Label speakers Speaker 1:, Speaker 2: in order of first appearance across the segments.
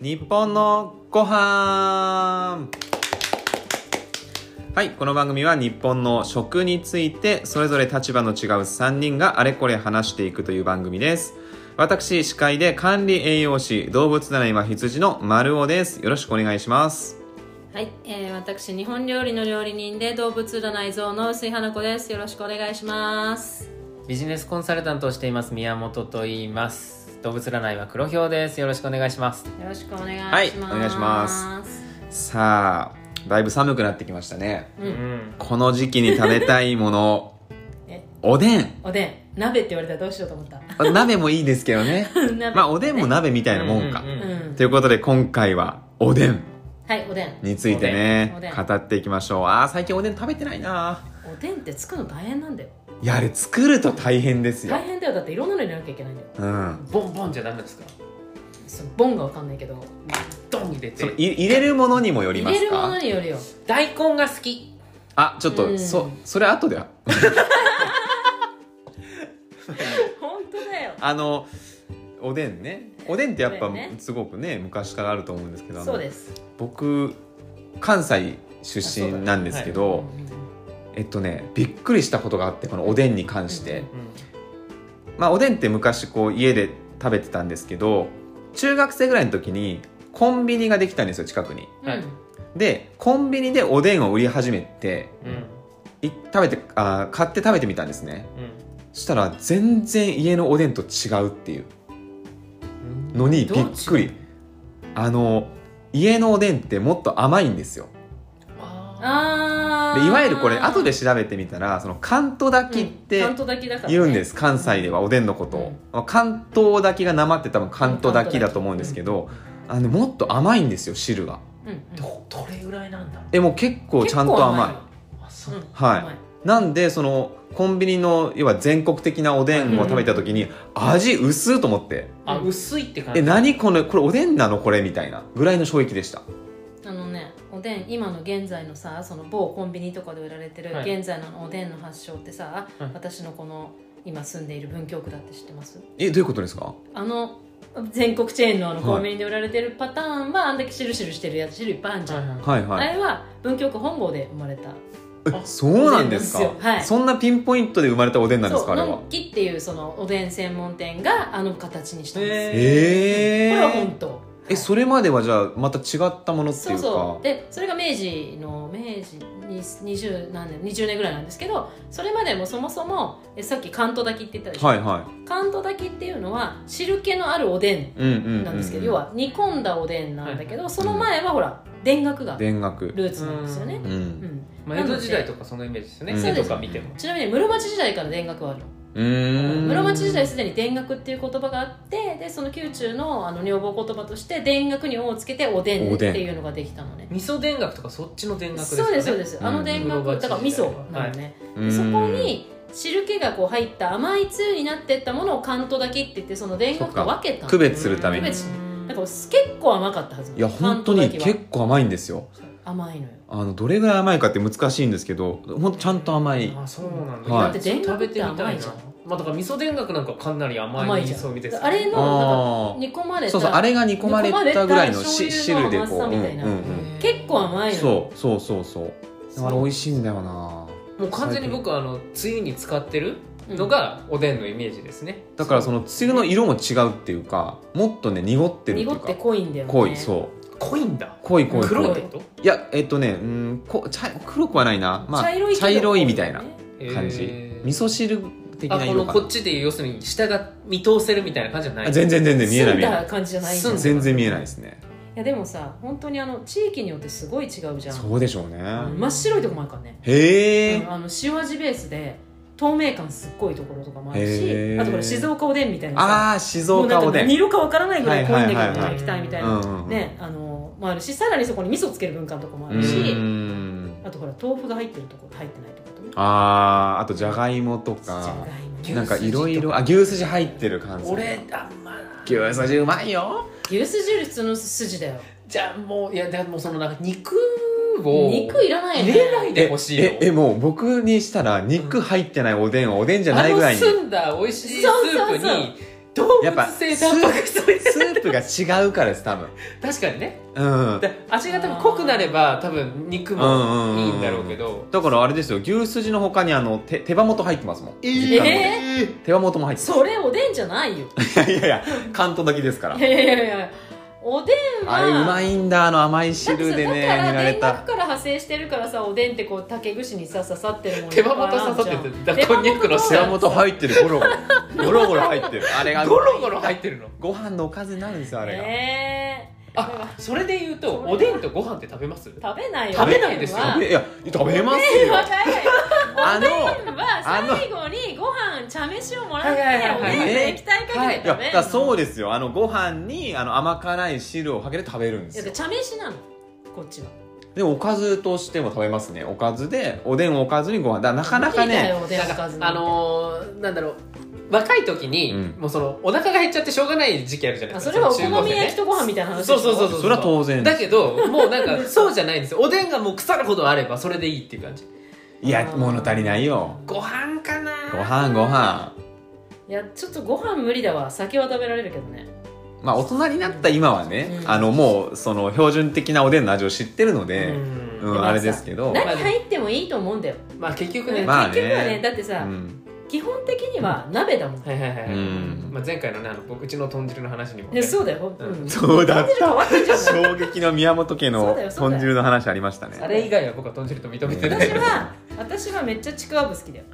Speaker 1: 日本のご飯はいこの番組は日本の食についてそれぞれ立場の違う3人があれこれ話していくという番組です私司会で管理栄養士動物なら今羊の丸尾ですよろしくお願いします
Speaker 2: はい、えー、私日本料理の料理人で動物占い像の薄井花子ですよろしくお願いします
Speaker 3: ビジネスコンサルタントをしています宮本と言います動物占いは黒ひょうですよろしくお願いします
Speaker 2: よろしくお願いします、
Speaker 1: はいお願いしまさあだいぶ寒くなってきましたね
Speaker 2: う、
Speaker 3: うんん
Speaker 1: この時期に食べたいもの
Speaker 2: え
Speaker 1: おでん
Speaker 2: おでん鍋って言われたらどうしようと思った
Speaker 1: 鍋もいいですけどね
Speaker 2: 鍋
Speaker 1: まあおでんも鍋みたいなもんか、
Speaker 3: うんうん
Speaker 2: うん、
Speaker 1: ということで今回はおでん
Speaker 2: はいおでん
Speaker 1: についてね
Speaker 2: おでんおでん
Speaker 1: 語っていきましょうあー最近おでん食べてないな
Speaker 2: おでんって作るの大変なんだよ
Speaker 1: いやあれ作ると大変ですよ
Speaker 2: 大、変だよだっていろんなの入れなきゃいけないんだよ
Speaker 1: うん、
Speaker 3: ボンボンじゃダメですか
Speaker 2: そのボンがわかんないけど
Speaker 3: ドン入れ
Speaker 1: その
Speaker 3: て
Speaker 1: い入れるものにもより
Speaker 2: 入
Speaker 1: ま
Speaker 2: れ
Speaker 1: す
Speaker 2: るもの
Speaker 1: か
Speaker 2: に よるよ
Speaker 3: 大根が好き
Speaker 1: あちょっと、
Speaker 2: うん
Speaker 1: そそれ後では
Speaker 2: 本当だよ
Speaker 1: あのおでんねおでんってやっぱ
Speaker 2: おでんね
Speaker 1: すごくね昔からあると思うんですけどあの
Speaker 2: そうです
Speaker 1: 僕関西出身なんですけど、えっとねびっくりしたことがあってこのおでんに関して、まあ、おでんって昔こう家で食べてたんですけど中学生ぐらいの時にコンビニができたんですよ近くに
Speaker 3: はい
Speaker 1: でコンビニでおでんを売り始めて
Speaker 3: うんうん
Speaker 1: い食べてあー買って食べてみたんですね
Speaker 3: う
Speaker 1: そしたら全然家のおでんと違うっていうんのに
Speaker 2: ど
Speaker 1: び
Speaker 2: う
Speaker 1: っくりあの家のおでんってもっと甘いんですよ
Speaker 3: あ
Speaker 2: あ
Speaker 1: で
Speaker 2: ー
Speaker 1: いわゆるこれ後で調べてみたらその関東
Speaker 2: うん
Speaker 1: 炊きって
Speaker 2: 関東炊きだからね
Speaker 1: 言うんです、関西ではおでんのことを、関東炊きがなまって多分関東炊きだと思うんですけど、あのもっと甘いんですよ汁が
Speaker 2: うんうん
Speaker 3: ーどどれぐらいなんだろう
Speaker 1: えもう結構ちゃんと甘い
Speaker 3: あそう
Speaker 2: 結構甘
Speaker 1: はい
Speaker 2: いよ、うん、甘い
Speaker 1: なんでそのコンビニの要は全国的なおでんを食べた時に、味薄っと思って
Speaker 3: あ薄いっ
Speaker 1: 「
Speaker 3: て感
Speaker 1: え
Speaker 3: じ
Speaker 1: 何このこれおでんなのこれ」みたいなぐらいの衝撃でした
Speaker 2: あのねおでん今の現在のさその某コンビニとかで売られてる
Speaker 3: はい
Speaker 2: 現在のおでんの発祥ってさ、
Speaker 3: はい
Speaker 2: 私のこの今住んでいる文京区だって知ってます
Speaker 1: えどういうことですか
Speaker 2: あの全国チェーンのあの
Speaker 1: はい
Speaker 2: コンビニで売られてるパターンは、あんだけシルシルしてるやつ汁いっぱいあんじゃん、
Speaker 3: はい
Speaker 1: はい
Speaker 3: はい
Speaker 1: はい
Speaker 2: あれは文京区本郷で生まれた
Speaker 1: えそうなんですか
Speaker 2: おでんなんですよはい
Speaker 1: そんなピンポイントで生まれたおでんなんです
Speaker 2: そ
Speaker 1: か
Speaker 2: う
Speaker 1: あれ
Speaker 2: の
Speaker 1: は
Speaker 2: んきっていうそのおでん専門店があの形にしたんです、
Speaker 1: え
Speaker 2: こ
Speaker 1: ー
Speaker 2: れは本当
Speaker 1: えそれまではじゃあまた違ったものってい
Speaker 2: そうう
Speaker 1: か
Speaker 2: そうでそれが明治の明治に20何年20年ぐらいなんですけどそれまでもそもそもえさっき関東炊きって言ったでしょ、
Speaker 1: はいはい
Speaker 2: 関東炊きっていうのは汁気のあるおでん
Speaker 1: うんうんうん、うん、
Speaker 2: なんですけど、要は煮込んだおでんなんだけど、
Speaker 3: は
Speaker 2: その前はほら田楽がル
Speaker 1: 田楽
Speaker 2: ーツなんですよね
Speaker 1: う、
Speaker 2: うん
Speaker 1: ん
Speaker 3: まあ、江戸時代とかそのイメージですよね、
Speaker 1: うん
Speaker 3: 江戸とか見ても
Speaker 2: ちなみに室町時代から田楽はあるの
Speaker 1: うーん
Speaker 2: 室町時代すでに田楽っていう言葉があってでその宮中のあの女房言葉として田楽に「お」をつけておでんっていうのができたのね
Speaker 3: 味噌田楽とかそっちの田楽ですかね
Speaker 2: そうですそうです、
Speaker 1: うん
Speaker 2: あの田楽だから味噌なのね、
Speaker 1: うん
Speaker 2: そこに汁気がこう入った甘いつゆになってったものを関東炊きって言ってその田楽と分けたの
Speaker 1: 区別するために
Speaker 2: う
Speaker 1: い
Speaker 2: んだから結構甘かったはず
Speaker 1: や本当に
Speaker 2: 関東
Speaker 1: 結構甘いんですよ
Speaker 2: 炊きは甘いのよ
Speaker 1: あのどれぐらい甘いかって難しいんですけどほんとちゃんと甘い
Speaker 3: あそうなんだ、
Speaker 1: はい
Speaker 2: だって田楽って甘いじゃん
Speaker 3: 食べてみたいなまあだから味噌田楽なんかかなり甘い
Speaker 2: 甘いじ
Speaker 3: 味
Speaker 2: ゃん
Speaker 3: 噌味ですよ
Speaker 2: あれの
Speaker 1: あー
Speaker 2: 煮込まれた
Speaker 1: そうそうあれが煮込まれたぐらいのし
Speaker 2: 煮込
Speaker 1: 汁
Speaker 2: まれ
Speaker 1: で
Speaker 2: た
Speaker 1: こう
Speaker 2: 醤油の甘さみたいな
Speaker 1: うんうん
Speaker 2: 結構
Speaker 1: うん
Speaker 2: 甘いのよ
Speaker 1: そうそうそうそうあれ美味しいんだよな
Speaker 3: もう完全に僕はあのつゆに使ってる
Speaker 2: うん
Speaker 3: のがおでんのイメージですね、
Speaker 1: だからそのつゆの色も違うっていうかもっとね濁ってるってい
Speaker 2: 濁
Speaker 1: う
Speaker 2: っ
Speaker 1: か
Speaker 2: て濃いんだよね
Speaker 1: 濃いそう
Speaker 3: 濃いんだ
Speaker 1: 濃い濃い濃い
Speaker 3: 黒いってこと、
Speaker 1: いやえっとねうんこ茶黒くはないな、まあ、
Speaker 2: 茶色いけど
Speaker 1: みたいな
Speaker 3: えー
Speaker 1: 感じ、味噌汁的
Speaker 3: あ
Speaker 1: な
Speaker 3: こ
Speaker 1: 色
Speaker 3: の
Speaker 1: か
Speaker 3: こ
Speaker 1: な
Speaker 3: っちでいう要するに下が見通せるみたいな感じじゃない
Speaker 1: あ全然全然見えない
Speaker 2: 澄ん
Speaker 1: 見えな
Speaker 2: だ
Speaker 1: い
Speaker 2: 感じじゃないんだ
Speaker 3: 澄
Speaker 2: よ
Speaker 3: ん
Speaker 2: い
Speaker 1: 全然見えないですね
Speaker 2: やでもさ本当にあの地域によってすごい違うじゃん
Speaker 1: そうでしょうね、
Speaker 3: ん
Speaker 2: 真っ白いとこもあるからね
Speaker 1: へえ、
Speaker 2: うんあの塩味ベースで透明感すっごいところとかもある
Speaker 1: へ
Speaker 2: し
Speaker 1: ー
Speaker 2: あとこれ静岡おでんみたいなさ
Speaker 1: ああ静
Speaker 2: もうな
Speaker 1: 岡
Speaker 2: ん
Speaker 1: お
Speaker 2: か
Speaker 1: でん
Speaker 2: 何色かわからないぐらい濃いんだけど、
Speaker 1: はいはいはいはい
Speaker 2: 液体みたい
Speaker 1: うん
Speaker 2: な、
Speaker 1: うんうん
Speaker 2: ねあのもあるしさらにそこに味噌つける文化とかもあ
Speaker 1: う
Speaker 2: るし、
Speaker 1: ん
Speaker 2: あとほら豆腐が入ってるとこ入ってないとことね
Speaker 1: あーあとじゃがいもと
Speaker 2: じゃ
Speaker 1: か
Speaker 2: がいも
Speaker 3: 牛
Speaker 1: なんかいろいろあ牛すじ入ってる感じ
Speaker 3: 俺あんまあ
Speaker 1: 牛すじうまいよ
Speaker 2: 牛すじより普通の筋だよ
Speaker 3: じゃあもういやだからもうそのなんか肉を
Speaker 2: 肉いらないよね
Speaker 3: 入れないでほしいよ
Speaker 1: えええもう僕にしたら肉入ってないおでんはおでんじゃないぐらいに
Speaker 3: あの澄んだ美味しいスープ
Speaker 2: そうそうそ
Speaker 3: に動
Speaker 1: やっぱ
Speaker 3: 物性タンパク質を入れて
Speaker 1: スープが違うからです多分
Speaker 3: 確かにね
Speaker 1: うん
Speaker 3: だ味が多分濃くなれば多分肉もいいんだろうけど、
Speaker 1: だからあれですよ牛すじの他にあの手手羽元入ってますもん、
Speaker 2: ーえ
Speaker 1: 手羽元も入って
Speaker 2: それおでんじゃないよ
Speaker 1: ますいやいやいや関東時ですから
Speaker 2: いやいやいやいやおでんは
Speaker 1: あれうまいんだあの甘い
Speaker 2: だって
Speaker 1: 汁
Speaker 2: さ
Speaker 1: でね
Speaker 2: だか
Speaker 1: 塗
Speaker 2: ら
Speaker 1: られ
Speaker 2: 電
Speaker 1: た
Speaker 2: 学から派生してるからさおでんってこう竹串にさ刺さってるもの
Speaker 3: 手羽元刺さっててだからこんにゃくの
Speaker 1: 手羽
Speaker 3: 下
Speaker 1: 元入ってるゴロゴ ロゴロゴロ入ってるあれが
Speaker 3: ゴロゴロ入ってるの
Speaker 1: ご飯のおかずになるんですよあれが、
Speaker 2: え
Speaker 3: あそれで言うとおでんとご飯って食べます
Speaker 2: 食べないよ
Speaker 3: 食べないですよ
Speaker 2: お
Speaker 1: 食
Speaker 2: でんは
Speaker 1: べいや食べますよ
Speaker 2: わかんないよ
Speaker 1: あの
Speaker 2: おでんは最後にご飯茶飯をもらって
Speaker 3: はいはいはい
Speaker 2: お
Speaker 3: はい
Speaker 2: でんで液体かけ
Speaker 1: いや
Speaker 2: て食
Speaker 1: だ
Speaker 2: べ
Speaker 1: からそう
Speaker 2: で
Speaker 1: ですよあのご飯にあの甘辛い汁をかけて食べるんで
Speaker 2: い
Speaker 1: す
Speaker 2: やだ
Speaker 1: よ
Speaker 2: から茶飯なのこっちは
Speaker 1: でもおかずとしても食べますねおかずでおでんをおかずにご飯だからなかなか
Speaker 2: いいだ
Speaker 1: ね
Speaker 2: よおでんおかず
Speaker 3: あのーなんだろう若い時に、
Speaker 1: うん
Speaker 3: もうそのお腹が減っちゃってしょうがない時期あるじゃない
Speaker 2: あ
Speaker 3: で
Speaker 2: そ
Speaker 3: すか
Speaker 2: れはお
Speaker 3: の中
Speaker 2: 好
Speaker 3: 高
Speaker 2: み
Speaker 3: 生ね
Speaker 2: 焼きとご飯みたいな話でし
Speaker 3: そ
Speaker 2: ょ
Speaker 3: うそうそうそう
Speaker 1: それは当然
Speaker 3: だけどもうなんかそうじゃないんですよおでんがもう腐るほどあればそれでいいっていう感じ
Speaker 1: いや物足りないよ
Speaker 3: ご飯かな
Speaker 1: ご飯ご飯
Speaker 2: いやちょっとご飯無理だわ酒は食べられるけどね
Speaker 1: まあ大人になった今はね、
Speaker 2: うん
Speaker 1: あのもうその標準的なおでんの味を知ってるの
Speaker 3: う
Speaker 1: で、
Speaker 3: ん
Speaker 1: うん
Speaker 2: でもさ
Speaker 1: あれですけど、
Speaker 2: 何入ってもいいと思うんだよ、
Speaker 3: まあ結局
Speaker 2: うん
Speaker 3: ね、
Speaker 1: まあね
Speaker 2: 結局はねだってさ、
Speaker 1: うん
Speaker 2: 基本的には鍋だもん、
Speaker 3: はいはいはい、
Speaker 1: うん
Speaker 3: まあ、前回のねあの僕うちの豚汁の話にも、
Speaker 2: いや
Speaker 3: ね、
Speaker 2: そうだよ、
Speaker 3: うん
Speaker 2: うん
Speaker 1: そうだった
Speaker 2: 変わってんじゃん
Speaker 1: 衝撃の宮本家
Speaker 2: そう
Speaker 1: の
Speaker 2: だよそうだ
Speaker 1: 豚
Speaker 2: よ
Speaker 1: 汁の話ありましたね
Speaker 3: あれ以外は僕は豚汁と認めてない
Speaker 2: 私は私はめっちゃちくわぶ好きだよ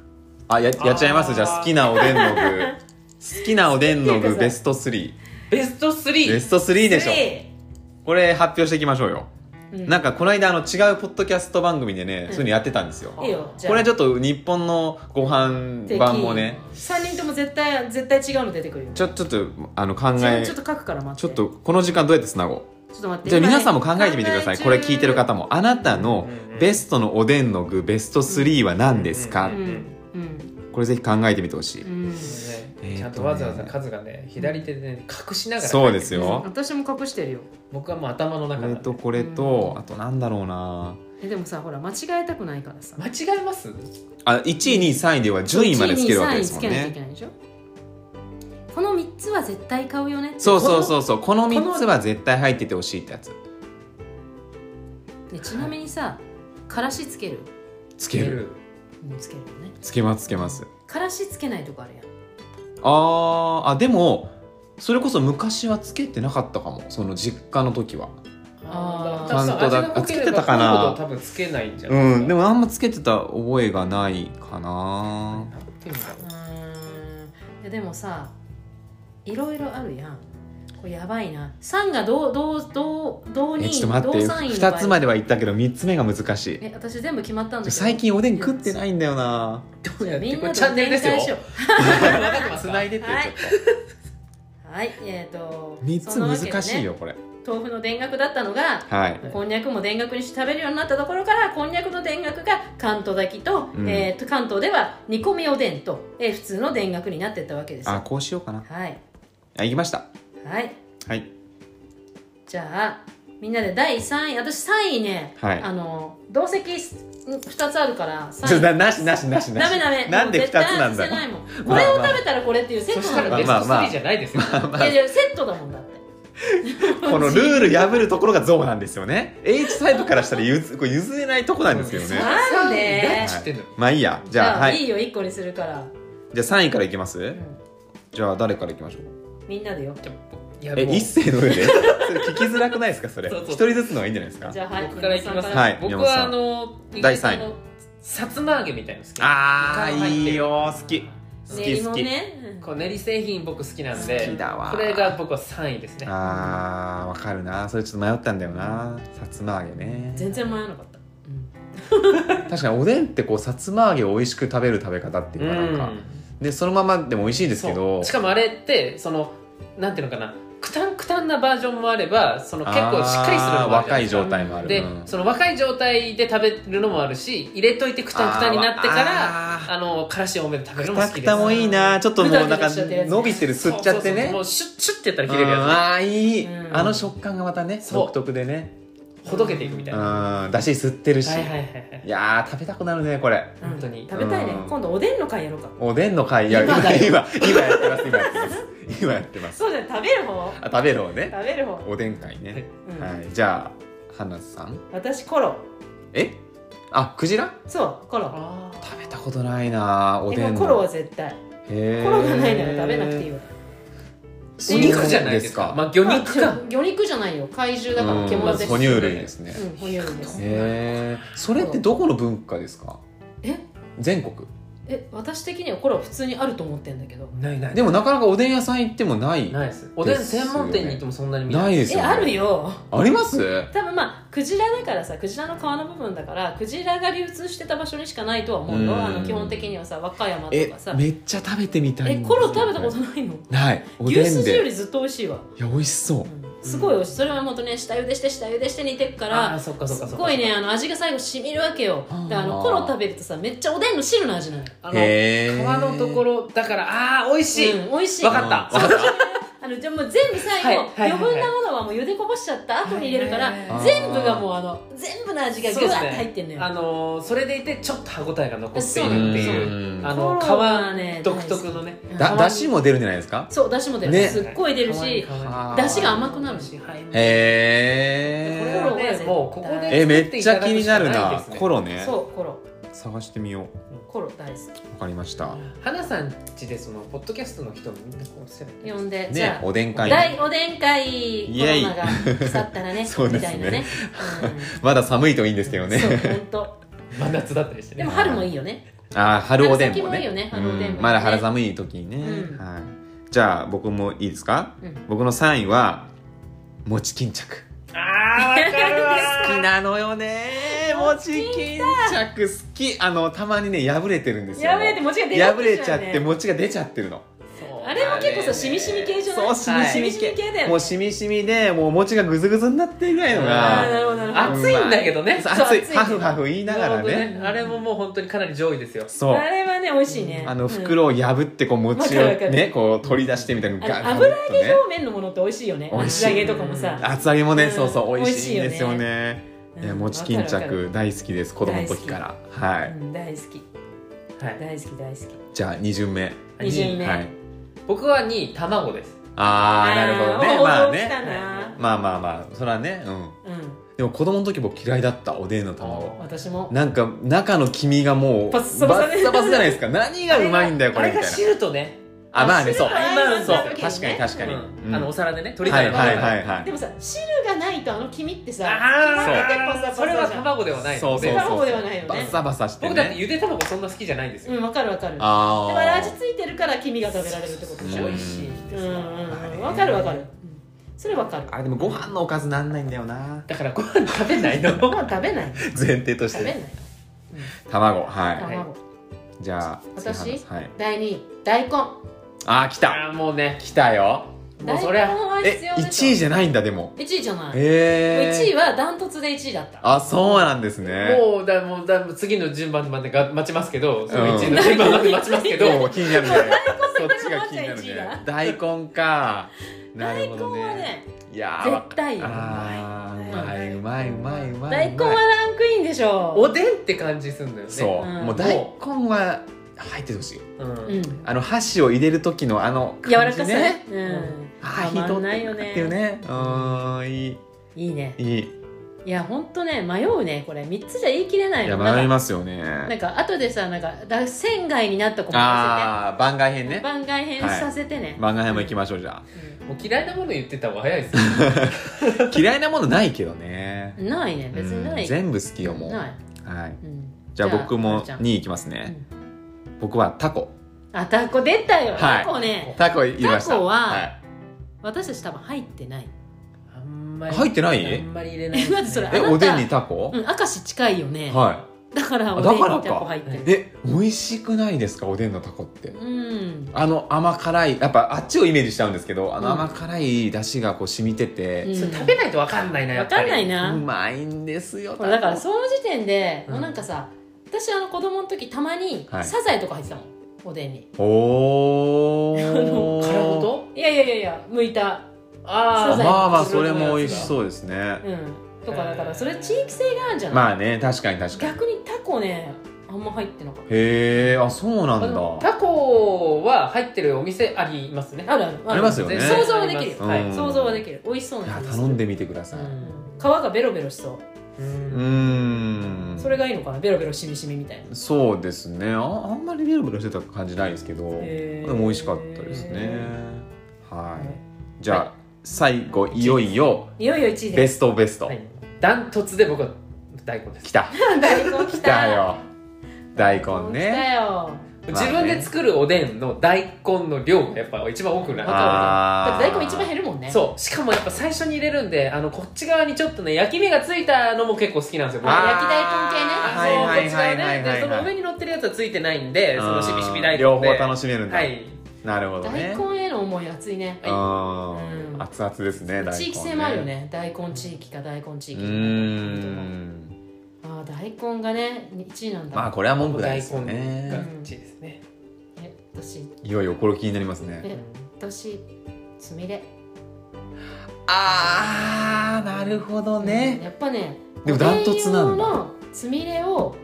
Speaker 1: あややっちゃいま
Speaker 3: あ
Speaker 1: す
Speaker 3: ー
Speaker 1: じゃあ好きなおでんの具好きなおでんの具ベスト3
Speaker 3: ベスト3
Speaker 1: ベスト3でしょ
Speaker 2: で
Speaker 1: これ発表していきましょうよ、
Speaker 2: うん
Speaker 1: なんかこの間あの違うポッドキャスト番組でね、そういうのやってたんですよ
Speaker 2: いいよじゃあ
Speaker 1: これちょっと日本のご飯版もね
Speaker 2: 3人とも絶対絶対違うの出てくるよ
Speaker 1: ちょちょっとあの考
Speaker 2: ちょ
Speaker 1: え
Speaker 2: ちょっと書くから待
Speaker 1: ちょ
Speaker 2: っ
Speaker 1: ってとこの時間どうやってつなごう
Speaker 2: ちょっと待って
Speaker 1: じゃあ皆さんも考えてみてください、
Speaker 2: 今
Speaker 1: こ
Speaker 2: ね
Speaker 1: れ聞いてる方もあなたの
Speaker 3: うんうん
Speaker 1: ベストのおでんの具ベスト3は何ですか、
Speaker 3: う
Speaker 2: うんんうん
Speaker 1: これぜひ考えてみてほしい、
Speaker 2: うん
Speaker 3: ね
Speaker 1: えーとね
Speaker 3: ちゃんとわざわざ数がね左手で、ね、隠しながら
Speaker 1: そうです
Speaker 2: うん
Speaker 1: よ、
Speaker 2: 私も隠してるよ
Speaker 3: 僕はもう頭の中
Speaker 1: こ
Speaker 3: で、
Speaker 1: れとこれと、あとなんだろうな
Speaker 2: えでもさほら間違えたくないからさ
Speaker 3: 間違えます
Speaker 1: あ1位2位3位では順位までつけるわけですもん
Speaker 2: 1位2位3位つけ
Speaker 1: ね
Speaker 2: なきゃいけないでしょこの3つは絶対買うよねって
Speaker 1: そうそうそうそうこの
Speaker 3: この
Speaker 1: 3つは絶対入っててほしいってやつ
Speaker 2: でちなみにさからしつける
Speaker 1: つける
Speaker 3: る
Speaker 2: うんつけるよね
Speaker 1: つけますつけます
Speaker 2: からしつけないとこあるやん
Speaker 1: あーあでもそれこそ昔はつけてなかったかもその実家の時は
Speaker 2: あー
Speaker 3: だから
Speaker 1: ちゃんとだ
Speaker 3: 味が濃ければ
Speaker 1: つけてたかな
Speaker 3: 濃いほど多分つけないんじゃない
Speaker 1: うんで
Speaker 3: も
Speaker 1: もあんまつけてた覚えがないかな
Speaker 3: なんていうんだろ
Speaker 2: う
Speaker 3: う
Speaker 2: ーんいやでもさいろいろあるやんこれやばいな3がどうどうどうどう
Speaker 1: え
Speaker 2: に
Speaker 1: ちょっと待って2つま
Speaker 2: で
Speaker 1: では言ったけど3つ目が難しい
Speaker 2: え私全部決まったんだけど
Speaker 1: 最近おでん食ってないんだよな
Speaker 3: どうやって
Speaker 2: みん
Speaker 3: これ
Speaker 2: な
Speaker 3: チャンネルですよ
Speaker 2: 展開しよ
Speaker 3: 分かってます
Speaker 1: 繋いでってよ
Speaker 2: はい
Speaker 1: ちょっ
Speaker 2: うはいえっ、と
Speaker 1: と3つ難しいよ
Speaker 2: よ、
Speaker 1: これ
Speaker 2: そんなわけでね豆腐の田楽だったのが
Speaker 1: はい
Speaker 2: こんにゃくも田楽にして食べるようになったところからこんにゃくの田楽が関東炊きと,、
Speaker 1: うん
Speaker 2: えーと関東では煮込みおでんと、えー普通の田楽になってったわけです
Speaker 1: あ
Speaker 2: よ
Speaker 1: こうしようかな
Speaker 2: はい
Speaker 1: あ行きました
Speaker 2: はい
Speaker 1: はい
Speaker 2: じゃあみんなで第3位私3位ね、
Speaker 1: はい
Speaker 2: あの同席2つあるから
Speaker 1: ちょ
Speaker 2: 3
Speaker 1: なな
Speaker 2: 位
Speaker 1: しなしなしな
Speaker 2: ダ
Speaker 1: し
Speaker 2: メダメ
Speaker 1: なんで2
Speaker 2: もう
Speaker 1: つ
Speaker 2: 絶対
Speaker 1: なんだ
Speaker 2: 外せない
Speaker 1: ろ
Speaker 2: もん
Speaker 1: ま
Speaker 2: こ
Speaker 1: あ
Speaker 2: れを食べたらこれっていうセッ
Speaker 3: そ
Speaker 2: ト
Speaker 3: し
Speaker 2: な
Speaker 3: た
Speaker 2: ん
Speaker 3: ら
Speaker 2: だ
Speaker 3: ベ
Speaker 2: よ
Speaker 3: スト
Speaker 1: まあまあ
Speaker 3: 3じゃないですよ、
Speaker 2: いやいやセットだもんだって
Speaker 1: うこのルール破るところがゾーンなんですよね H サイドからしたらゆずこれ譲れないとこなんですけどね
Speaker 2: あなんで
Speaker 3: なん知ってんの
Speaker 1: まあいいやじゃあはい
Speaker 2: いよ1個にするから、
Speaker 1: じゃあ3位からいきま
Speaker 2: う
Speaker 1: す
Speaker 2: ん
Speaker 1: じゃあ誰からいきましょう
Speaker 2: みんなでよ
Speaker 3: じゃあいや
Speaker 1: え
Speaker 3: もう
Speaker 1: 一斉の上で それ聞きづらくないですかそれ
Speaker 3: そうそう
Speaker 1: 一人ずつの方がいいんじゃないですか
Speaker 2: じゃあはい
Speaker 3: 僕からいきます、
Speaker 1: はい
Speaker 3: 僕
Speaker 1: 宮本さ
Speaker 3: は
Speaker 1: ん
Speaker 3: あの
Speaker 1: 第三位
Speaker 3: 意外とあのさつま揚げみたいなの好き
Speaker 1: あ
Speaker 3: イカ
Speaker 1: ー
Speaker 3: が入ってる
Speaker 1: いいよ好き好
Speaker 2: 練り
Speaker 1: き好
Speaker 2: も
Speaker 1: き、
Speaker 2: ね
Speaker 3: こう練り製品僕好きなんで
Speaker 1: 好きだわ
Speaker 3: これが僕は3位ですね
Speaker 1: あーわかるなそれちょっと迷ったんだよなさつま揚げね
Speaker 2: 全然迷わなかった、
Speaker 1: 確かにおでんってこうさつま揚げを美味しく食べる食べ方っていうかなんか、でそのままでも美味しいですけ
Speaker 3: そ
Speaker 1: ど
Speaker 3: うしかもあれってそのなんていうのかなくたんくたんなバージョンもあればその結構しっかりするの
Speaker 1: あー
Speaker 3: もあるじゃな
Speaker 1: 若
Speaker 3: い
Speaker 1: い
Speaker 3: ですか
Speaker 1: 状態もある
Speaker 3: で、
Speaker 1: うん
Speaker 3: その若い状態で食べるのもあるし入れといてくたんくたんになってから
Speaker 1: あ
Speaker 3: あのからし多めで食べるの
Speaker 1: く
Speaker 3: も好
Speaker 1: た
Speaker 3: き
Speaker 1: く
Speaker 3: です
Speaker 1: たもいいなちょっともうなん
Speaker 2: ぐた
Speaker 1: か
Speaker 2: ぐたしちゃってるやつね
Speaker 1: 伸びてる吸っちゃってね
Speaker 3: そうそうそうもうシュッシュッってやったら切れる
Speaker 1: うん
Speaker 3: や
Speaker 1: あーいい、
Speaker 2: うん
Speaker 1: あの食感がまたね
Speaker 3: そう
Speaker 1: 独特でね
Speaker 3: つほどけていくみたいな、
Speaker 1: うんだし吸ってるし、
Speaker 3: はいはい
Speaker 1: い
Speaker 3: はいはい
Speaker 1: やー食べたくなるねこれ
Speaker 2: うん
Speaker 3: 本当に
Speaker 2: 食べたいね
Speaker 1: うん
Speaker 2: 今度おでんの会やろうか
Speaker 1: おでんの会や
Speaker 3: 今だよ
Speaker 1: 今今今やってます今やってます会はやってます
Speaker 2: そうじゃない食べる方
Speaker 1: あ食べる方ね
Speaker 2: 食べる方
Speaker 1: おでん会ね、
Speaker 2: うん
Speaker 1: はいじゃあ花さん
Speaker 2: 私コロ
Speaker 1: えあクジラ
Speaker 2: そうコロ
Speaker 3: あー
Speaker 1: 食べたことないなお
Speaker 2: で
Speaker 1: でん
Speaker 2: もコロは絶対コロがないなら食べなくていい
Speaker 1: よ
Speaker 2: よ
Speaker 3: お肉じゃないです
Speaker 1: そ
Speaker 3: か
Speaker 1: う
Speaker 3: まあ魚
Speaker 2: まあ
Speaker 3: 肉か
Speaker 2: 魚肉じゃないよ怪獣だから
Speaker 1: うん
Speaker 2: 獣です
Speaker 1: 哺乳類ですね、
Speaker 2: うん哺乳類です
Speaker 1: へえそれってどこの文化ですか
Speaker 2: え
Speaker 1: 全国
Speaker 2: え私的にはコロ普通にあると思ってんだけど
Speaker 3: ないない
Speaker 1: でもなかなかおでん屋さん行ってもない
Speaker 3: ないですおでん専門店に行ってもそんなに見
Speaker 1: ないです
Speaker 2: え
Speaker 1: よ、ね、
Speaker 2: あるよ
Speaker 1: あります
Speaker 2: 多分まあクジラだからさクジラの皮の部分だからクジラが流通してた場所にしかないとは思う
Speaker 1: う
Speaker 2: よ
Speaker 1: ん
Speaker 2: あの基本的にはさ和歌山と
Speaker 1: え
Speaker 2: かさ
Speaker 1: めっちゃ食べてみたい
Speaker 2: え
Speaker 1: んです
Speaker 2: コ
Speaker 1: よ
Speaker 2: ロ食べたことないの
Speaker 1: ないお
Speaker 2: 牛
Speaker 1: でん
Speaker 2: すじよ
Speaker 1: で
Speaker 2: りずっと美味しいわ、
Speaker 1: いや美味しそう
Speaker 2: うんすごい美味しいそれはもっとね下茹でして下茹でして煮てくか
Speaker 3: ああー
Speaker 2: ら
Speaker 3: そっかそっかそっ
Speaker 2: す
Speaker 3: か
Speaker 2: ごいねあの味が最後染みるわけよ
Speaker 1: あー
Speaker 2: であのコロ食べるとさめっちゃおでんの汁の味なの
Speaker 3: あの皮
Speaker 1: へえ
Speaker 3: のところだからああ美味しい、
Speaker 2: うん、美味しい
Speaker 3: わかった
Speaker 1: うんわかっ
Speaker 2: あのじゃあもう全部最後、
Speaker 3: はいはいはいはい
Speaker 2: 余分なものはもう茹でこぼしちゃった後に入れるから、
Speaker 3: はい
Speaker 1: はいはい
Speaker 2: 全部がもうあの全部の味が
Speaker 3: そ
Speaker 2: ぐ
Speaker 3: うで
Speaker 2: わ
Speaker 3: す
Speaker 2: っ
Speaker 3: ね
Speaker 2: て入ってんのよ、
Speaker 3: あのーそれでいてちょっと歯応えが残ってい
Speaker 1: たう
Speaker 3: るっていう
Speaker 1: ーん
Speaker 3: あ
Speaker 2: コロは
Speaker 3: の
Speaker 2: ね
Speaker 3: 皮独特のね
Speaker 2: うん
Speaker 1: だ
Speaker 3: 皮
Speaker 1: だしも出るんじゃないですか
Speaker 2: そうだしも出る、
Speaker 1: ね
Speaker 2: すっごい出るし
Speaker 1: あー
Speaker 2: だしが甘くなるし
Speaker 1: へー
Speaker 3: これはねもうここで
Speaker 1: えめ
Speaker 3: 作
Speaker 1: っ
Speaker 3: い
Speaker 1: ち
Speaker 3: た
Speaker 1: ゃ
Speaker 3: だく
Speaker 1: 気に
Speaker 3: しか
Speaker 1: なる
Speaker 3: い
Speaker 1: な
Speaker 3: ですね
Speaker 1: コロね
Speaker 2: そうコロ
Speaker 1: 探してみようわ
Speaker 2: コロ大好
Speaker 1: かりました
Speaker 3: 花さんちでそのポッドキャストの人もみんなこうしてる
Speaker 2: き呼んで、じ
Speaker 1: ね
Speaker 2: ゃあ
Speaker 1: おでん会
Speaker 2: 大おでん会コ
Speaker 1: イエ
Speaker 2: ロ
Speaker 1: イ
Speaker 2: ナが腐ったら ね
Speaker 1: そうで
Speaker 2: み
Speaker 1: す
Speaker 2: た
Speaker 1: ね
Speaker 2: いなね、
Speaker 1: まだ寒いといいんですけ
Speaker 2: う
Speaker 1: ど
Speaker 2: ん、そう
Speaker 1: ね
Speaker 2: 本当
Speaker 3: 真夏だったりして
Speaker 2: で
Speaker 3: ね
Speaker 2: も春もいいよね
Speaker 1: あー春おでんも
Speaker 2: 春先もいいよ
Speaker 1: ね
Speaker 2: ね春おでんもね
Speaker 1: うんまだ春寒い時にね
Speaker 2: うん
Speaker 1: はいじゃあ僕もいいですか
Speaker 2: うん
Speaker 1: 僕の3位は餅巾着
Speaker 3: あーわかるわ
Speaker 1: 好きなのよね餅巾着好きあのたまにね破れてるんですよ
Speaker 2: やべえって餅が出て
Speaker 1: 破
Speaker 2: く
Speaker 1: れ
Speaker 2: る
Speaker 1: ちゃって
Speaker 2: ね
Speaker 1: 餅が出ちゃってるの
Speaker 3: そう
Speaker 2: あれも結構さしみしみ系じゃない
Speaker 1: そうしみしみ
Speaker 2: しみ
Speaker 1: 系
Speaker 2: 系だよね
Speaker 1: もうしみしみでもう餅がぐずぐずになってるぐらいの
Speaker 2: あー
Speaker 1: が
Speaker 2: なるほどなるほど
Speaker 3: 暑いんだけどね
Speaker 1: そう
Speaker 2: そう
Speaker 1: 熱い
Speaker 2: 熱い
Speaker 1: ハフハフ言いながら
Speaker 3: なるほ
Speaker 1: ね
Speaker 3: どあれももう本当にかなり上位ですよ
Speaker 1: そう
Speaker 2: あれはね美味しいね
Speaker 1: あの
Speaker 2: うん
Speaker 1: 袋を破ってこう餅
Speaker 2: わ
Speaker 1: を
Speaker 2: かるわかる
Speaker 1: ねこう取り出してみたいな
Speaker 2: あの
Speaker 1: ガ
Speaker 2: 油
Speaker 1: ッと
Speaker 2: 揚げ
Speaker 1: ね
Speaker 2: 表面のものって美味しいよね
Speaker 1: 美味しい
Speaker 2: 厚揚げとかもさ
Speaker 1: 厚揚げも
Speaker 2: う
Speaker 1: ね
Speaker 2: ん
Speaker 1: そうそう美味しいん
Speaker 2: 美味
Speaker 1: で
Speaker 2: し
Speaker 1: す
Speaker 2: いよ
Speaker 1: よ
Speaker 2: ね
Speaker 1: ね
Speaker 2: うん
Speaker 1: え餅巾
Speaker 2: わかるわか
Speaker 1: 着大好きです子供の時からは
Speaker 2: る
Speaker 1: い
Speaker 2: うん大好き
Speaker 3: はい
Speaker 2: 大好き大好き
Speaker 1: じゃあ2巡目
Speaker 2: 二巡目
Speaker 1: はい
Speaker 3: 僕は2位卵です
Speaker 1: ああなるほどね
Speaker 2: ー
Speaker 1: まあ
Speaker 2: 王道来た
Speaker 1: ね
Speaker 2: な
Speaker 1: まあまあまあそれはねうん
Speaker 2: うん
Speaker 1: でも子供の時僕嫌いだったおでんの卵
Speaker 2: 私も
Speaker 1: なんか中の黄身がもう
Speaker 2: パッサパサ
Speaker 1: ッサパサじゃないですか何がうまいんだよこれみたい
Speaker 3: あれ
Speaker 1: な
Speaker 3: が汁とね
Speaker 1: あまあね
Speaker 2: 汁
Speaker 1: そう
Speaker 2: が合い
Speaker 3: そう
Speaker 2: わけね
Speaker 1: 確かに確かに、
Speaker 3: うん
Speaker 1: うん
Speaker 3: あのお皿でね
Speaker 1: は
Speaker 3: 鶏
Speaker 1: い
Speaker 3: か
Speaker 1: は
Speaker 3: ら
Speaker 1: い
Speaker 3: の中
Speaker 1: はい
Speaker 3: で
Speaker 1: は
Speaker 2: でもさ汁がないとあの黄身ってさ
Speaker 3: あ
Speaker 2: そう
Speaker 3: あそれは卵ではないい
Speaker 1: そうそう
Speaker 2: 卵で
Speaker 1: そ
Speaker 2: はないよ
Speaker 1: う
Speaker 2: ね
Speaker 1: バッサバサして
Speaker 3: 僕だって
Speaker 1: ね
Speaker 3: ゆで卵そんな好きじゃないんですよ
Speaker 2: うんわかるわかるでも
Speaker 1: あ
Speaker 2: あれ
Speaker 1: あ
Speaker 2: 味ついてるから黄身が食べられるってことでしょ
Speaker 1: う
Speaker 2: うんん
Speaker 3: 美味しいんです
Speaker 2: う
Speaker 3: よ
Speaker 2: んうんわかるわかるうんそれわかる
Speaker 1: あれでもご飯のおかずなんないんだよな
Speaker 3: だからご飯食べないの
Speaker 2: ご飯食べない
Speaker 1: 前提として
Speaker 2: 食べない
Speaker 1: ね卵は
Speaker 2: 卵
Speaker 1: いじゃあ
Speaker 2: 私
Speaker 1: 次話すはい
Speaker 2: 第二位大根
Speaker 1: あー来た
Speaker 3: ああもうね
Speaker 1: 来たよ
Speaker 3: もう
Speaker 2: 大
Speaker 3: そ
Speaker 2: 根
Speaker 3: りゃ
Speaker 2: は必
Speaker 1: え
Speaker 2: 要でしょ
Speaker 1: 1位じゃないんだでも
Speaker 2: 1位じゃない
Speaker 1: へえ
Speaker 2: 1位はダントツで1位だった
Speaker 1: あそうなんですね
Speaker 3: もうだもうだ次の順番までが待ちますけどその
Speaker 1: うん
Speaker 3: 1位の順番まで待ちますけど
Speaker 1: もう気になるねそ
Speaker 2: 根
Speaker 1: っちが気になる
Speaker 2: 大根
Speaker 1: ね大根かなる
Speaker 2: 大
Speaker 1: ほ
Speaker 2: 根
Speaker 1: ど
Speaker 2: は
Speaker 1: ね
Speaker 2: ね
Speaker 1: いやー
Speaker 2: 絶対よ
Speaker 1: あーうまいうまいうまいうまい
Speaker 2: 大根はランクインでしょ
Speaker 3: おでんって感じすんだよね
Speaker 1: そう、
Speaker 2: うん
Speaker 1: もう大根は入っててほしい
Speaker 3: うん、
Speaker 2: う、うん、
Speaker 1: あの箸を入れる時のあの感じ、ね、
Speaker 2: 柔らかさね、うん
Speaker 1: あ
Speaker 2: たま
Speaker 1: ー
Speaker 2: んないよ
Speaker 1: 火通ってる
Speaker 2: ね
Speaker 1: ねうーんいい
Speaker 2: いいね
Speaker 1: いい
Speaker 2: いやほんとね迷うねこれ3つじゃ言い切れない
Speaker 1: い
Speaker 2: の
Speaker 1: や迷い
Speaker 2: なんか
Speaker 1: ますよ
Speaker 2: なん
Speaker 1: ね
Speaker 2: か後でさなんかだ仙外になった子もさ
Speaker 1: ああ番外編
Speaker 2: せて
Speaker 1: ね
Speaker 2: 番外編させてね、
Speaker 1: 番外編も行きましょうじゃ
Speaker 3: もう嫌いなもの言ってた方が早いですよ
Speaker 1: あ嫌いなものないけどね
Speaker 2: うんないね別にない、
Speaker 1: うん全部好きよもう、
Speaker 2: ない、
Speaker 1: はい、
Speaker 2: うん、
Speaker 1: じゃあ僕も
Speaker 2: じゃあ
Speaker 1: 2位いきますね、僕はタコ
Speaker 2: あタコ出たよ、
Speaker 1: はい
Speaker 2: タコね
Speaker 1: タコ入れました
Speaker 2: タコはい私たち多分入ってない
Speaker 3: あんまり
Speaker 1: 入ってない
Speaker 3: あんまり入れな
Speaker 2: え
Speaker 3: いですね、
Speaker 2: 待ってそれあ
Speaker 1: え
Speaker 2: なた
Speaker 1: おでんにタコ、
Speaker 2: うん明石近いよね、
Speaker 1: は
Speaker 2: だから
Speaker 1: あ
Speaker 2: おでん
Speaker 1: だから
Speaker 2: に
Speaker 1: か
Speaker 2: タコ入ってる
Speaker 1: いえ美味しくないですかおでんのタコって
Speaker 2: うん
Speaker 1: あの甘辛いやっぱあっちをイメージしちゃうんですけどあの
Speaker 2: うん
Speaker 1: 甘辛い出汁がこう染みてて、
Speaker 3: それ食べないとわかんないなや
Speaker 2: わ
Speaker 3: っぱ
Speaker 2: かん
Speaker 3: り
Speaker 2: ないうな、
Speaker 1: まいんですよ
Speaker 2: これだから
Speaker 1: タ
Speaker 2: その時点で、
Speaker 3: うん
Speaker 2: もうなんかさ私あの子供の時たまに
Speaker 1: はい
Speaker 2: サザエとか入ってたもんおでんに
Speaker 1: コおお
Speaker 3: 殻ごと
Speaker 2: いやいやいやいや剥いた
Speaker 3: あ
Speaker 2: サザエ
Speaker 1: まあまあそれも美味しそうですね、
Speaker 2: うんとかだからそれ地域性があるんじゃない、
Speaker 1: まあね確かに確かに
Speaker 2: 逆にタコねあんま入ってなかっ
Speaker 1: へえあそうな
Speaker 3: あ
Speaker 1: ん
Speaker 3: の
Speaker 1: だ
Speaker 3: タコは入ってるお店ありますね
Speaker 2: たあるある
Speaker 1: ありますよね
Speaker 3: 全然
Speaker 2: 想像はできるよ
Speaker 3: あり
Speaker 1: う
Speaker 3: ま
Speaker 1: ん
Speaker 3: す
Speaker 2: 想像はできる美味しそう
Speaker 1: い
Speaker 2: な
Speaker 1: や
Speaker 2: 気がする
Speaker 1: 頼んでみてください
Speaker 3: はいう
Speaker 2: うん皮がベロベロしそ
Speaker 1: う
Speaker 2: う
Speaker 1: んーん
Speaker 2: うそれがいいのかなベロベロしみしみみたいな
Speaker 1: そうですねああんまりベロベロしてた感じないですけど
Speaker 2: へ
Speaker 1: で
Speaker 2: ー
Speaker 1: も美味しかったですねはいじゃあ、
Speaker 3: はい
Speaker 1: 最後いよいよ
Speaker 2: いよいよ1位
Speaker 1: ベ
Speaker 2: です
Speaker 1: ストベスト、
Speaker 3: はいダントツで僕は大根です
Speaker 1: きた
Speaker 2: 大根来
Speaker 1: き
Speaker 2: た
Speaker 1: たよ大根
Speaker 2: 来た
Speaker 1: ね
Speaker 2: よ
Speaker 1: ね
Speaker 3: 自分で作るおでんの大根の量がやっぱ一番多くな
Speaker 2: わ
Speaker 3: い
Speaker 2: かるだ
Speaker 1: あ
Speaker 2: って大根一番減るもんね
Speaker 3: そうしかもやっぱ最初に入れるんであのこっち側にちょっとね焼き目がついたのも結構好きなんですよ僕
Speaker 2: あー
Speaker 3: そう
Speaker 2: はいは
Speaker 3: こっち側ねでその上
Speaker 1: に
Speaker 3: に乗ってるやつはついてないんでそのしびしび大根で
Speaker 1: 両方楽しめるんだ、
Speaker 3: はい
Speaker 1: なるほどね
Speaker 2: 大根への思い熱いね
Speaker 1: うん
Speaker 2: うん
Speaker 1: 熱々ですね大根ね
Speaker 2: 地域性もあるよね大根地域か大根地
Speaker 1: う
Speaker 2: 域
Speaker 1: ーん
Speaker 2: ああ大根がね1位なんだ、
Speaker 1: まあこれは文句ない
Speaker 3: 大
Speaker 1: ですよ
Speaker 3: 根が
Speaker 1: ね
Speaker 3: うちですね
Speaker 2: え私
Speaker 1: いよいよこれ気になりますね
Speaker 2: え私つみれ
Speaker 1: あーなるほど
Speaker 2: うん
Speaker 1: ね
Speaker 2: やっぱね
Speaker 1: でもダントツなんだ
Speaker 2: おで用のつみれを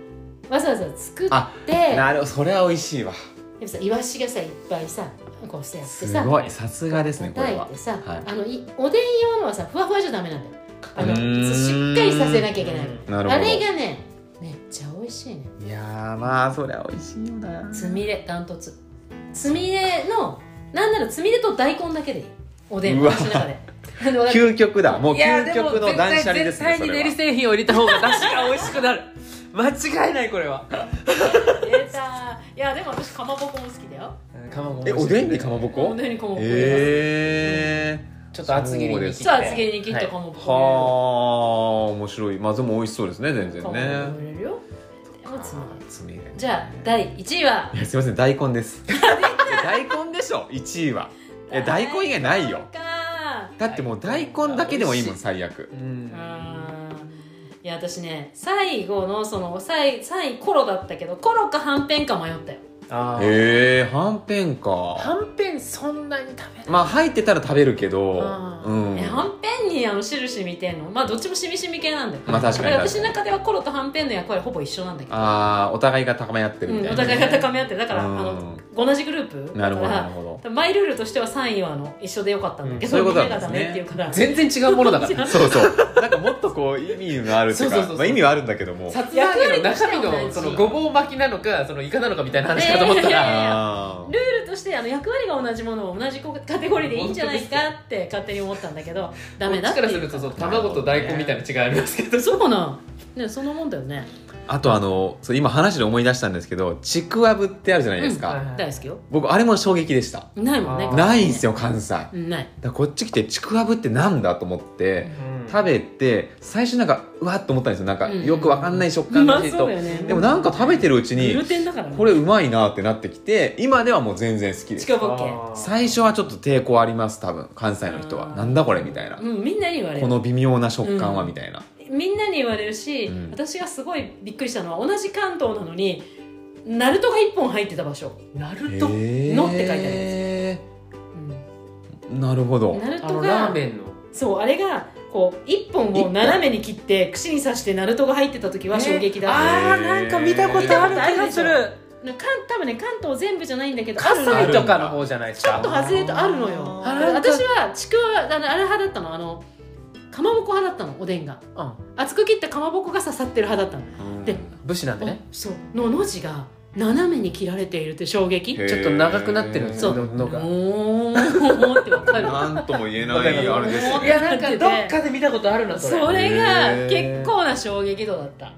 Speaker 2: わざわざ作って
Speaker 1: あ
Speaker 2: やっ
Speaker 1: なるほどそれは美味しいわ
Speaker 2: ぱさイワシがさいっぱいさこうしてやって
Speaker 1: す
Speaker 2: さ
Speaker 1: ごいさすがですねこれ
Speaker 2: 叩い
Speaker 1: は
Speaker 2: てさ、
Speaker 1: はい
Speaker 2: あのいおでん用のはさふわふわじゃダメなんだよあの
Speaker 1: うーん
Speaker 2: しっかりさせなきゃいけない
Speaker 1: なるほ
Speaker 2: あ
Speaker 1: ど
Speaker 2: れがねめっちゃ美味しいね
Speaker 1: いやーまあそりゃ美味しいよな
Speaker 2: つみれダントツつみれのなんならつみれと大根だけでいいおでん
Speaker 1: うわ
Speaker 2: 私の中で あのわかる
Speaker 1: 究極だもう
Speaker 3: いや
Speaker 1: 究
Speaker 3: でも
Speaker 1: 極の断捨離ですね
Speaker 3: 絶対
Speaker 1: そ
Speaker 3: に
Speaker 1: れ
Speaker 3: 練り
Speaker 1: は
Speaker 3: 製品を入れた方が出汁が美味しくなる 間違いないこれは
Speaker 2: 入れたいやでも私かまぼこも好きだよ
Speaker 1: えおでんにかまぼこ
Speaker 2: おでんにかまぼこ入れ
Speaker 1: ええ
Speaker 3: ちょっと厚切りに切って
Speaker 2: ますそう厚切りに切ったかまぼこ
Speaker 1: ー、
Speaker 2: 入れる
Speaker 1: はあ面白いまあでも美味しそうですね全然
Speaker 2: かまぼこ
Speaker 1: ね
Speaker 2: 入れるよでもつまらない
Speaker 1: つみれ
Speaker 2: じゃあ第1位はい
Speaker 1: やすいません大根です 大根でしょ1位はえ大根以外ないよ
Speaker 2: 大根か
Speaker 1: だってもう大根だけでもいいもん最悪
Speaker 3: うん
Speaker 2: あーいや私ね最後のその最最位コロだったけどコロかはんぺんか迷ったよ
Speaker 3: あー
Speaker 1: へえはんぺん
Speaker 3: は
Speaker 1: か
Speaker 3: んぺんそんなに食べない
Speaker 1: まあ入ってたら食べるけど
Speaker 3: あー
Speaker 1: うん
Speaker 2: えはんぺんにあの汁染みてんのまあどっちもしみしみ系なんだよ、
Speaker 1: まあ確かに
Speaker 2: だら私の中ではコロとはんぺんの役割ほぼ一緒なんだけど、
Speaker 1: あーお互いが高め合ってるみ
Speaker 2: うん
Speaker 1: たい
Speaker 2: お
Speaker 1: な、
Speaker 2: 互いが高め合ってるだから、
Speaker 1: うん
Speaker 2: あの同じグループ
Speaker 1: なるほど
Speaker 2: だから
Speaker 1: なるほど
Speaker 2: マイルールとしては3位はあの一緒でよかったんだけ
Speaker 1: うん
Speaker 2: ど、
Speaker 1: そういうことなん
Speaker 2: み
Speaker 1: で
Speaker 2: んな
Speaker 1: す
Speaker 2: が
Speaker 1: ね
Speaker 2: ダメっていうから
Speaker 3: 全然違うものだか ら
Speaker 1: そうそうなんかもっとこう意味があるっていうか
Speaker 3: そうそうそうそう
Speaker 1: まあ意味はあるんだけども
Speaker 3: さつま揚げ
Speaker 2: 役割
Speaker 3: の中身
Speaker 2: としては同
Speaker 3: の
Speaker 2: じ
Speaker 3: そのごぼう巻きなのかそのイカなのかみたいな話かと思った
Speaker 2: いやいやい
Speaker 3: ら
Speaker 2: や
Speaker 1: あー
Speaker 2: ルールとしてあの役割が同じものを同じカテゴリーでいいんじゃないかって勝手に思ったんだけどダメだっ
Speaker 3: こ
Speaker 2: て
Speaker 3: っちから
Speaker 2: い
Speaker 3: す
Speaker 2: う
Speaker 3: るとそう卵と大根みたいな違いありますけど
Speaker 2: そうかなねそのもんだよね
Speaker 1: あとあのそう今話で思い出したんですけどちくわぶってあるじゃないですか、
Speaker 3: うんはい
Speaker 2: 大好きよ
Speaker 1: 僕あれも衝撃でした
Speaker 2: ないもん
Speaker 3: あ
Speaker 2: ね
Speaker 3: ー
Speaker 1: ないんすよ関西だか
Speaker 2: うんない
Speaker 1: らこっち来てちくわぶってなんだと思って
Speaker 3: べ
Speaker 1: 食べて最初なんかうわっと思ったんですよなんか
Speaker 2: うん
Speaker 1: よくわかんない食
Speaker 2: う
Speaker 1: 感
Speaker 2: ま
Speaker 1: だ
Speaker 2: あ
Speaker 1: し
Speaker 2: そ
Speaker 1: と、
Speaker 2: うだよね
Speaker 1: でもなんか食べてるうち
Speaker 2: グ
Speaker 1: に
Speaker 2: ルテンだからね
Speaker 1: これうまいなってなってきて今ではもう全然好きです
Speaker 2: 近ぼっけ
Speaker 1: 最初はちょっと抵抗あります多分関西の人は
Speaker 2: あー
Speaker 1: なんだこれみたいな
Speaker 2: うん、みんなに言わ
Speaker 1: こ
Speaker 2: れる
Speaker 1: の微妙な食感は
Speaker 2: うん
Speaker 1: みたいな、
Speaker 2: みんなに言われるし、
Speaker 1: うん
Speaker 2: 私がすごいびっくりしたのは同じ関東なのにナルトが1本入ってた場所、
Speaker 3: なると
Speaker 1: え
Speaker 2: のって書いてあるや
Speaker 1: なるほど
Speaker 2: ナル
Speaker 3: あ
Speaker 2: ト
Speaker 3: のラ
Speaker 2: が
Speaker 3: ーメンの
Speaker 2: そうあれがこう1本を斜めに切って串に刺してナルトが入ってた時は衝撃だった、
Speaker 1: あーなんか見たこと
Speaker 2: ある気がするなんか多分ね関東全部じゃないんだけど
Speaker 3: 関
Speaker 2: ある
Speaker 3: 西とかの方じゃないです
Speaker 2: ちょ
Speaker 3: か
Speaker 2: っと外れるとあるのよ
Speaker 1: あ
Speaker 3: ー
Speaker 2: 私はちくわあのあれ派だったのあのかまぼこ派だったのおでんが
Speaker 3: うん
Speaker 2: 厚く切ったかまぼこが刺さってる派だったので
Speaker 3: 武士なんでね
Speaker 2: あそうのの字が斜めに切られているって衝撃
Speaker 1: へー
Speaker 3: ちょっと長くなってるんです
Speaker 2: そ
Speaker 3: よ
Speaker 2: う
Speaker 3: のが
Speaker 2: おーってわか る
Speaker 1: なんとも言え
Speaker 3: わ
Speaker 1: な
Speaker 3: かりま
Speaker 1: い
Speaker 3: す
Speaker 1: あれですよ
Speaker 2: う
Speaker 3: い
Speaker 1: ね
Speaker 3: やなんかどっかで見たことあるなそれ
Speaker 2: それが
Speaker 1: へー
Speaker 2: 結構な衝撃度だった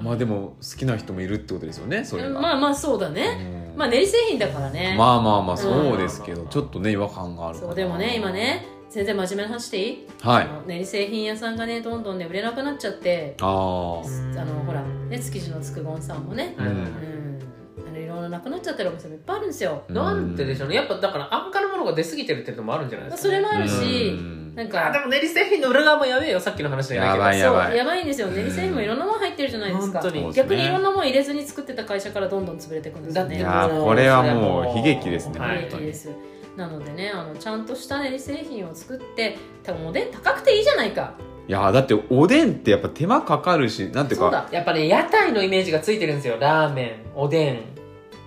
Speaker 1: まあでも好きな人もいるってことですよねそれが、
Speaker 2: まあまあそうだね
Speaker 1: うん
Speaker 2: まあ練り製品だからね
Speaker 1: まあまあまあそうですけど、
Speaker 3: うん
Speaker 1: ちょっとね違和感があるか
Speaker 2: そ
Speaker 1: な
Speaker 2: うでもね今ね全然真面目な話していい、
Speaker 1: はい
Speaker 2: あの練り製品屋さんがねどんどんね売れなくなっちゃって
Speaker 1: あー
Speaker 3: うん
Speaker 2: あのほらね築地のつくごんさんもね
Speaker 1: うん
Speaker 2: うんあのいろんななくなっちゃってるお店もいっぱいあるんですよ、
Speaker 3: なんてでしょうねやっぱだから安価なものが出過ぎてるっていうのもあるんじゃない
Speaker 2: ま
Speaker 3: で
Speaker 2: あ、
Speaker 3: す
Speaker 2: そ
Speaker 3: かね
Speaker 2: れもあるし、
Speaker 1: うん
Speaker 2: なん
Speaker 3: あで
Speaker 2: か
Speaker 3: も練り製品の裏側もやべえよさっきの話じゃないけど
Speaker 1: やばい
Speaker 2: そうやばいんですよ練り製品もいろんなもん入ってるじゃないですか
Speaker 3: 本当に
Speaker 2: 逆にいろんなもん入れずに作ってた会社からどんどん潰れていくんですよ
Speaker 3: だって
Speaker 1: い
Speaker 2: ね
Speaker 1: やー
Speaker 3: もう
Speaker 1: これはもう悲劇ですね、
Speaker 3: は
Speaker 1: 本
Speaker 3: い
Speaker 1: 当
Speaker 2: 利益
Speaker 1: に
Speaker 2: です、なのでねあのちゃんとした練り製品を作って多分おでん高くていいじゃないか
Speaker 1: いやーだっておでんってやっぱ手間かかるしなんていう
Speaker 2: そう
Speaker 1: か
Speaker 2: だ
Speaker 3: やっぱね屋台のイメージがついてるんですよラーメンおでん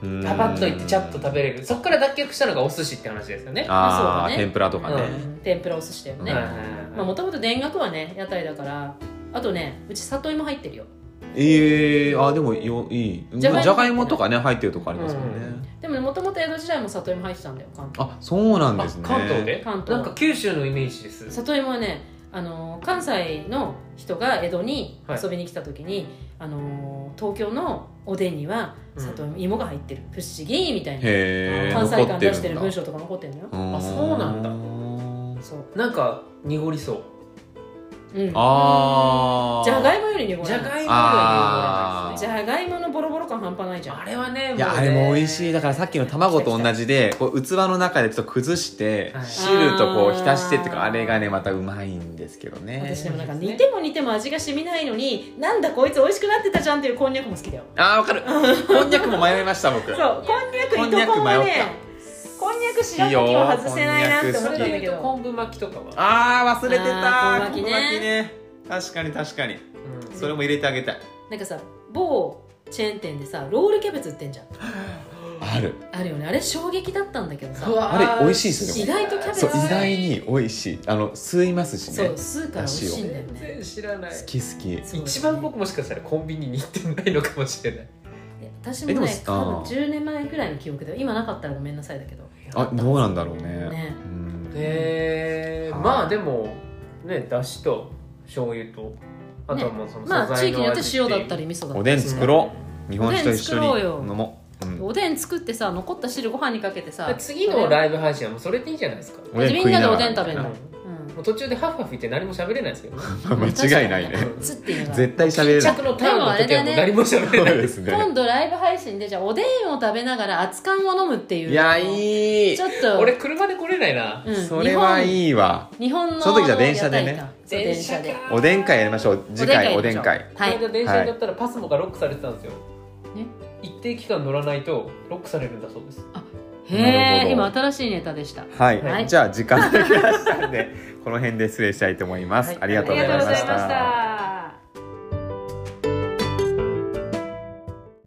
Speaker 1: うん
Speaker 3: パパッといってちゃっと食べれるそこから脱却したのがお寿司って話ですよね
Speaker 1: あ
Speaker 2: あ
Speaker 1: あ、
Speaker 2: そうだね
Speaker 1: 天ぷらとかね、
Speaker 3: うん
Speaker 2: 天ぷらお寿司だよね
Speaker 1: うん
Speaker 2: まあもともと田楽はね屋台だからあとねうち里芋入ってるよ
Speaker 1: ええー、あでもよいい
Speaker 2: じ
Speaker 1: じ
Speaker 2: ゃ
Speaker 1: ゃ
Speaker 2: がいも
Speaker 1: がいもとかね入ってるとこありますもんね、
Speaker 3: うん
Speaker 2: でもねもともと江戸時代も里芋入ってたんだよ関東
Speaker 1: あそうなん
Speaker 3: あ
Speaker 1: ですね
Speaker 3: 関東で
Speaker 2: 関東
Speaker 3: なんか九州のイメージです
Speaker 2: 里芋はね、あのー関西の人が江戸に
Speaker 3: はい
Speaker 2: 遊びに来た時に、あのー東京のおでんには
Speaker 3: うん
Speaker 2: 里芋,、芋が入ってる不思議みたい
Speaker 1: へ
Speaker 2: な
Speaker 1: え
Speaker 2: 関西感出して
Speaker 1: ん
Speaker 2: る
Speaker 1: だ
Speaker 2: 文章とか残ってるのよ
Speaker 1: あ
Speaker 3: そうなんだ
Speaker 2: そう、
Speaker 3: なんか濁りそう
Speaker 2: うん、
Speaker 1: ああ
Speaker 2: じゃがいもよりに
Speaker 3: じゃがいもよりは濁らないですね
Speaker 1: あー
Speaker 2: じゃがいものボロボロ感半端ないじゃん
Speaker 3: あれはね
Speaker 1: いやあれも美味しいだからさっきの卵と同
Speaker 3: じ
Speaker 1: じでこう器の中でちょっと崩して
Speaker 3: はい
Speaker 1: 汁とこう浸してっていうか
Speaker 2: あー
Speaker 1: あれがねまたうまいんですけどね
Speaker 2: 私でもなんか
Speaker 3: そうですね
Speaker 2: 煮ても煮ても味が染みないのになんだこいつ美味しくなってたじゃんっていうこんにゃくも好きだよ
Speaker 1: あーわかるこんにゃくも迷いました僕
Speaker 2: そうこんにゃく糸
Speaker 1: こんにゃく
Speaker 2: こんは
Speaker 1: 迷っ
Speaker 2: ねこんにゃく白滝は外せないなって思ったんだけど
Speaker 3: 昆布巻きとかは
Speaker 1: あー忘れてたー
Speaker 2: あー昆布巻きね
Speaker 1: 昆布巻きね確かに確かに
Speaker 3: うん
Speaker 1: それも入れてあげたい
Speaker 2: なんかさ某チェーン店でさロールキャベツ売ってんじゃん
Speaker 1: ある
Speaker 2: あるよねあれ衝撃だったんだけど
Speaker 3: う
Speaker 2: さ
Speaker 3: わ
Speaker 1: あれ美味しいです
Speaker 2: 意
Speaker 1: よね
Speaker 2: 外とキャベツ
Speaker 1: そう意外に美味しいあの吸いますし
Speaker 2: そ
Speaker 1: ね
Speaker 2: う酢から美味しいんだよ
Speaker 3: 全
Speaker 2: ね
Speaker 3: 然知らない
Speaker 1: 好き好き
Speaker 2: そう
Speaker 3: 一番僕もしかしたらコンビニに行ってないのかもしれない
Speaker 2: で私
Speaker 1: え
Speaker 2: も
Speaker 1: でも
Speaker 2: ね多分
Speaker 1: あー
Speaker 2: 10年前くらいの記憶だよ今なかったらごめんなさいだけど
Speaker 1: あどうなんだろうね
Speaker 2: ね
Speaker 1: うん
Speaker 3: へえ
Speaker 1: はい
Speaker 3: まあでもねだしと醤油とあとはもうその素材の
Speaker 2: まあ地
Speaker 3: 味
Speaker 2: 域によって塩だった
Speaker 3: てい
Speaker 2: り味噌だった
Speaker 1: お
Speaker 2: り
Speaker 1: でん作ろう日本酒と一
Speaker 2: お
Speaker 1: 緒
Speaker 2: でん
Speaker 1: に
Speaker 2: 作ろうよ
Speaker 1: 飲もううん
Speaker 2: おでん作ってさ残った汁ご飯にかけてさ
Speaker 3: う次のライブ配信はもうそれでいいんじゃないですか
Speaker 1: おでん食いながら
Speaker 2: みんなでおでん食べる
Speaker 3: うん
Speaker 2: の
Speaker 3: も
Speaker 2: うん
Speaker 3: う途中でハフハフ言って何も喋れないですけどね
Speaker 1: 間違いないね
Speaker 2: 確かにつっていうのが
Speaker 1: 絶対喋れない
Speaker 3: 着のターンの時はもう何も喋れ
Speaker 1: そ
Speaker 3: な
Speaker 1: う
Speaker 3: いで
Speaker 1: ですす
Speaker 2: 今
Speaker 1: ね
Speaker 2: 度ライブ配信でじゃあおでんを食べながら熱燗を飲むっていう
Speaker 1: い
Speaker 2: い
Speaker 1: やいい
Speaker 2: ちょっと
Speaker 3: 俺車で来れないな
Speaker 2: うん
Speaker 1: それはいいわ
Speaker 2: 日本の
Speaker 1: その時じゃあ電車でね
Speaker 2: 屋台かそう電車で
Speaker 1: おでん会やりましょう次回おでん会
Speaker 2: は
Speaker 3: この
Speaker 2: い
Speaker 3: 間電車に乗ったらパスモがロックされてたんですよ、
Speaker 2: ね
Speaker 3: 一定期間乗らないとロックされるんだそうです
Speaker 2: へ
Speaker 1: なる
Speaker 2: え
Speaker 1: ほど
Speaker 2: 今新しいネタでした
Speaker 1: はい、
Speaker 2: はい
Speaker 1: じゃあ時間が来ましたんでこの辺で失礼したいと思います、
Speaker 3: はい
Speaker 1: ありがとうございま
Speaker 3: ありがとうござい
Speaker 1: した
Speaker 2: た